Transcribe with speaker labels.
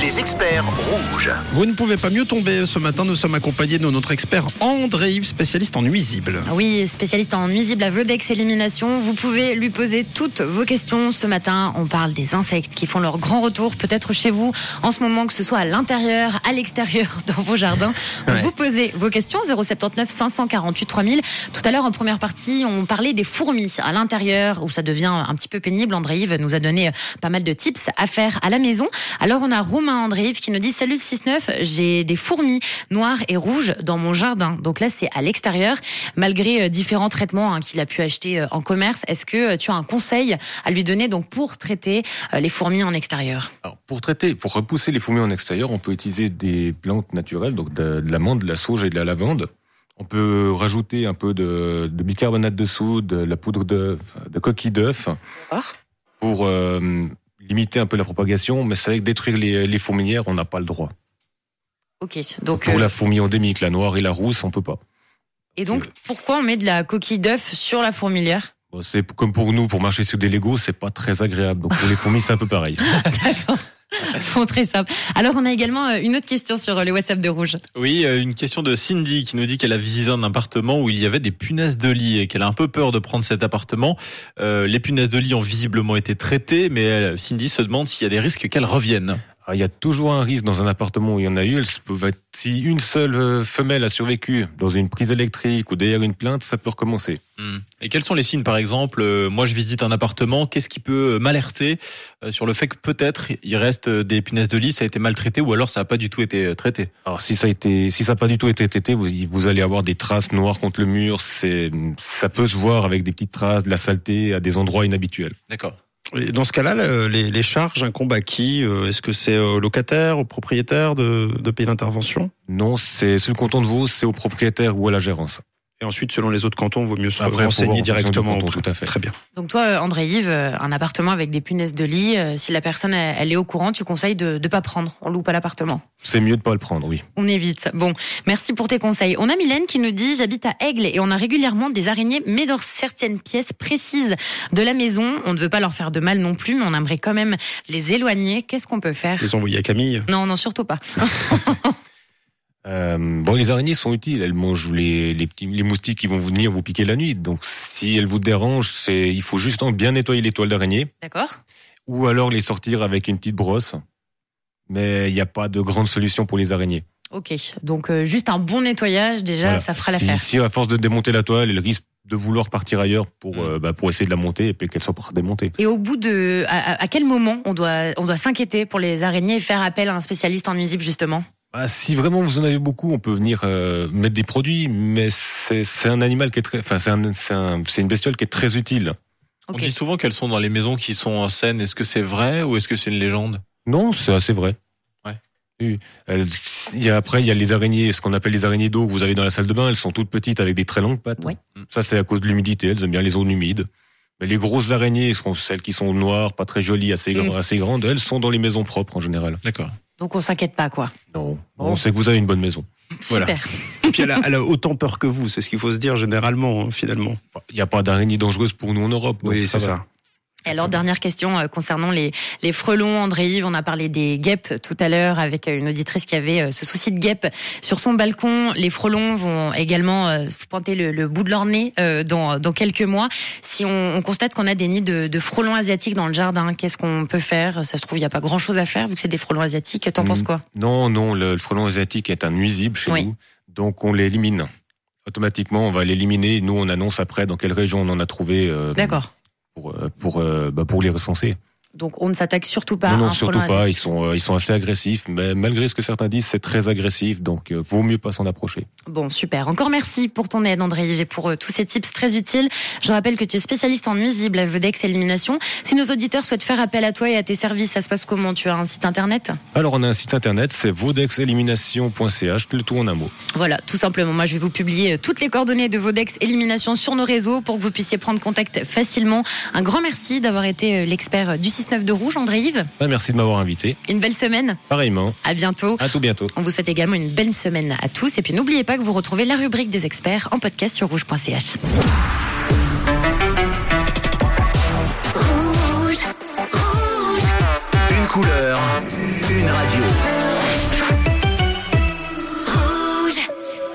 Speaker 1: les experts rouges.
Speaker 2: Vous ne pouvez pas mieux tomber ce matin. Nous sommes accompagnés de notre expert André Yves, spécialiste en nuisibles.
Speaker 3: Oui, spécialiste en nuisibles à Vedex Élimination. Vous pouvez lui poser toutes vos questions. Ce matin, on parle des insectes qui font leur grand retour, peut-être chez vous, en ce moment, que ce soit à l'intérieur, à l'extérieur, dans vos jardins. Donc,
Speaker 2: Ouais.
Speaker 3: Vous posez vos questions, 079 548 3000. Tout à l'heure, en première partie, on parlait des fourmis à l'intérieur, où ça devient un petit peu pénible. André-Yves nous a donné euh, pas mal de tips à faire à la maison. Alors, on a Romain André-Yves qui nous dit, salut 69, j'ai des fourmis noires et rouges dans mon jardin. Donc là, c'est à l'extérieur. Malgré euh, différents traitements hein, qu'il a pu acheter euh, en commerce, est-ce que euh, tu as un conseil à lui donner donc pour traiter euh, les fourmis en extérieur
Speaker 4: Alors, pour traiter, pour repousser les fourmis en extérieur, on peut utiliser des plantes naturelles, donc de, de l'amande, de la sauge et de la lavande. On peut rajouter un peu de, de bicarbonate de soude, de la poudre d'œuf, de coquille d'œuf, pour euh, limiter un peu la propagation. Mais c'est vrai que détruire les, les fourmilières, on n'a pas le droit.
Speaker 3: Ok, donc
Speaker 4: Pour
Speaker 3: euh,
Speaker 4: la fourmi endémique, la noire et la rousse, on peut pas.
Speaker 3: et donc pourquoi on met de la coquille d'œuf sur la fourmilière
Speaker 4: Bon, c'est p- comme pour nous, pour marcher sur des Legos, c'est pas très agréable. Donc pour les fourmis, c'est un peu pareil.
Speaker 3: D'accord. Bon, très simple. Alors on a également euh, une autre question sur euh, le WhatsApp de Rouge.
Speaker 5: Oui, euh, une question de Cindy qui nous dit qu'elle a visité un appartement où il y avait des punaises de lit et qu'elle a un peu peur de prendre cet appartement. Euh, les punaises de lit ont visiblement été traitées, mais elle- Cindy se demande s'il y a des risques qu'elles reviennent.
Speaker 4: Ah, Il y a toujours un risque dans un appartement où il y en a eu. Elle se peut être- si une seule euh, femelle a survécu dans une prise électrique ou derrière une plainte, ça peut recommencer.
Speaker 5: Hmm. Et quels sont les signes, par exemple euh, Moi, je visite un appartement. Qu'est-ce qui peut euh, m'alerter euh, sur le fait que peut-être il reste euh, des punaises de lit, ça a été maltraité ou alors ça n'a pas du tout été euh, traité
Speaker 4: Alors si ça a été, si ça n'a pas du tout été traité, vous, vous allez avoir des traces noires contre le mur. C'est, ça peut se voir avec des petites traces, de la saleté à des endroits inhabituels.
Speaker 5: D'accord.
Speaker 2: Et dans ce cas-là, le- les, les charges incombent à qui Euh, Est-ce que c'est au locataire, au propriétaire de, de payer l'intervention
Speaker 4: Non, c'est sur le canton de Vaud, c'est au propriétaire ou à la gérance.
Speaker 2: Et ensuite, selon les autres cantons, vaut mieux se
Speaker 4: Après, faut voir en
Speaker 2: renseigner
Speaker 4: fonction du
Speaker 2: directement.
Speaker 4: canton,
Speaker 2: auprès.
Speaker 4: tout à fait.
Speaker 2: Très bien.
Speaker 3: Donc toi euh, André-Yves, euh, un appartement avec des punaises de lit, euh, si la personne elle, elle est au courant, tu conseilles de ne pas prendre, on loue pas l'appartement.
Speaker 4: C'est mieux de pas le prendre, oui.
Speaker 3: On évite. Bon, merci pour tes conseils. On a Mylène qui nous dit j'habite à Aigle et on a régulièrement des araignées, mais dans certaines pièces précises de la maison. On ne veut pas leur faire de mal non plus, mais on aimerait quand même les éloigner. Qu'est-ce qu'on peut faire
Speaker 2: Les envoyer à Camille.
Speaker 3: Non, non, surtout pas.
Speaker 4: Euh, bon, les araignées sont utiles. Elles mangent les, les petits, les moustiques qui vont vous venir vous piquer la nuit. Donc, si elles vous dérangent, c'est, il faut juste en bien nettoyer les toiles d'araignée
Speaker 3: D'accord
Speaker 4: ou alors les sortir avec une petite brosse. Mais il n'y a pas de grande solution pour les araignées.
Speaker 3: Ok, donc euh, juste un bon nettoyage déjà,
Speaker 4: Voilà.
Speaker 3: ça fera
Speaker 4: si,
Speaker 3: l'affaire.
Speaker 4: si, à force de démonter la toile, elles risquent de vouloir partir ailleurs pour,
Speaker 5: Mm.
Speaker 4: euh, bah, pour essayer de la monter et puis qu'elle soit pas démontée.
Speaker 3: Et au bout de, à, à- à quel moment on doit, on doit s'inquiéter pour les araignées et faire appel à un spécialiste en nuisible justement
Speaker 4: Bah, si vraiment vous en avez beaucoup, on peut venir euh, mettre des produits, mais c'est c'est un animal qui est très, enfin c'est un- c'est un- c'est une bestiole qui est très utile.
Speaker 3: Ok.
Speaker 5: On dit souvent qu'elles sont dans les maisons qui sont en scène. Est-ce que c'est vrai ou est-ce que c'est une légende
Speaker 4: Non, c'est assez vrai.
Speaker 5: Ouais.
Speaker 4: Oui. Elles- il y a, après, il y a les araignées, ce qu'on appelle les araignées d'eau que vous avez dans la salle de bain. Elles sont toutes petites avec des très longues pattes.
Speaker 3: Ouais.
Speaker 4: Ça, c'est à cause de l'humidité. Elles aiment bien les zones humides. Mais les grosses araignées, ce sont celles qui sont noires, pas très jolies, assez,
Speaker 3: Mm.
Speaker 4: grandes, assez grandes, elles sont dans les maisons propres en général.
Speaker 5: D'accord.
Speaker 3: Donc on s'inquiète pas quoi.
Speaker 4: Non.
Speaker 3: Oh.
Speaker 4: On sait que vous avez une bonne maison.
Speaker 2: Voilà.
Speaker 3: Super.
Speaker 2: Et puis elle a, elle a autant peur que vous, c'est ce qu'il faut se dire généralement, hein, finalement.
Speaker 4: Il n'y a pas d'araignées dangereuses pour nous en Europe. donc va.
Speaker 3: Et Alors, dernière question euh, concernant les, les frelons. André-Yves, on a parlé des guêpes tout à l'heure avec euh, une auditrice qui avait euh, ce souci de guêpe sur son balcon. Les frelons vont également euh, pointer le, le bout de leur nez euh, dans, dans quelques mois. Si on, on constate qu'on a des nids de, de frelons asiatiques dans le jardin, qu'est-ce qu'on peut faire Ça se trouve, il n'y a pas grand-chose à faire vu que c'est des frelons asiatiques. T'en
Speaker 4: Mm.
Speaker 3: penses quoi
Speaker 4: Non, non, le, le frelon asiatique est un nuisible chez
Speaker 3: Oui.
Speaker 4: nous, donc on l'élimine. Automatiquement, on va l'éliminer. Nous, on annonce après dans quelle région on en a trouvé euh,
Speaker 3: D'accord.
Speaker 4: pour, euh, pour, euh, bah, pour les recenser.
Speaker 3: Donc, on ne s'attaque surtout pas
Speaker 4: non,
Speaker 3: à
Speaker 4: non,
Speaker 3: Bah, un
Speaker 4: surtout
Speaker 3: frelon
Speaker 4: pas. Ils
Speaker 3: asiatique.
Speaker 4: sont, euh, ils sont assez agressifs, mais malgré ce que certains disent, c'est très agressif, donc euh, vaut mieux pas s'en approcher.
Speaker 3: Bon, super. Encore merci pour ton aide, André-Yves, et pour euh, tous ces tips très utiles. Je rappelle que tu es spécialiste en nuisibles à Vedex Élimination. Si nos auditeurs souhaitent faire appel à toi et à tes services, ça se passe comment Tu as un site internet
Speaker 4: Alors, on a un site internet, c'est vaudexélimination.ch, le tout en un mot.
Speaker 3: Voilà, tout simplement. Moi, je vais vous publier euh, toutes les coordonnées de Vodex Élimination sur nos réseaux pour que vous puissiez prendre contact facilement. Un grand merci d'avoir été euh, l'expert euh, du 6-9 de Rouge, André-Yves.
Speaker 4: Ah, merci de m'avoir invité.
Speaker 3: Une belle semaine.
Speaker 4: Pareillement,
Speaker 3: À bientôt.
Speaker 4: à tout bientôt.
Speaker 3: On vous souhaite également une belle semaine à tous. Et puis, n'oubliez pas que vous retrouvez la rubrique des experts en podcast sur rouge.ch.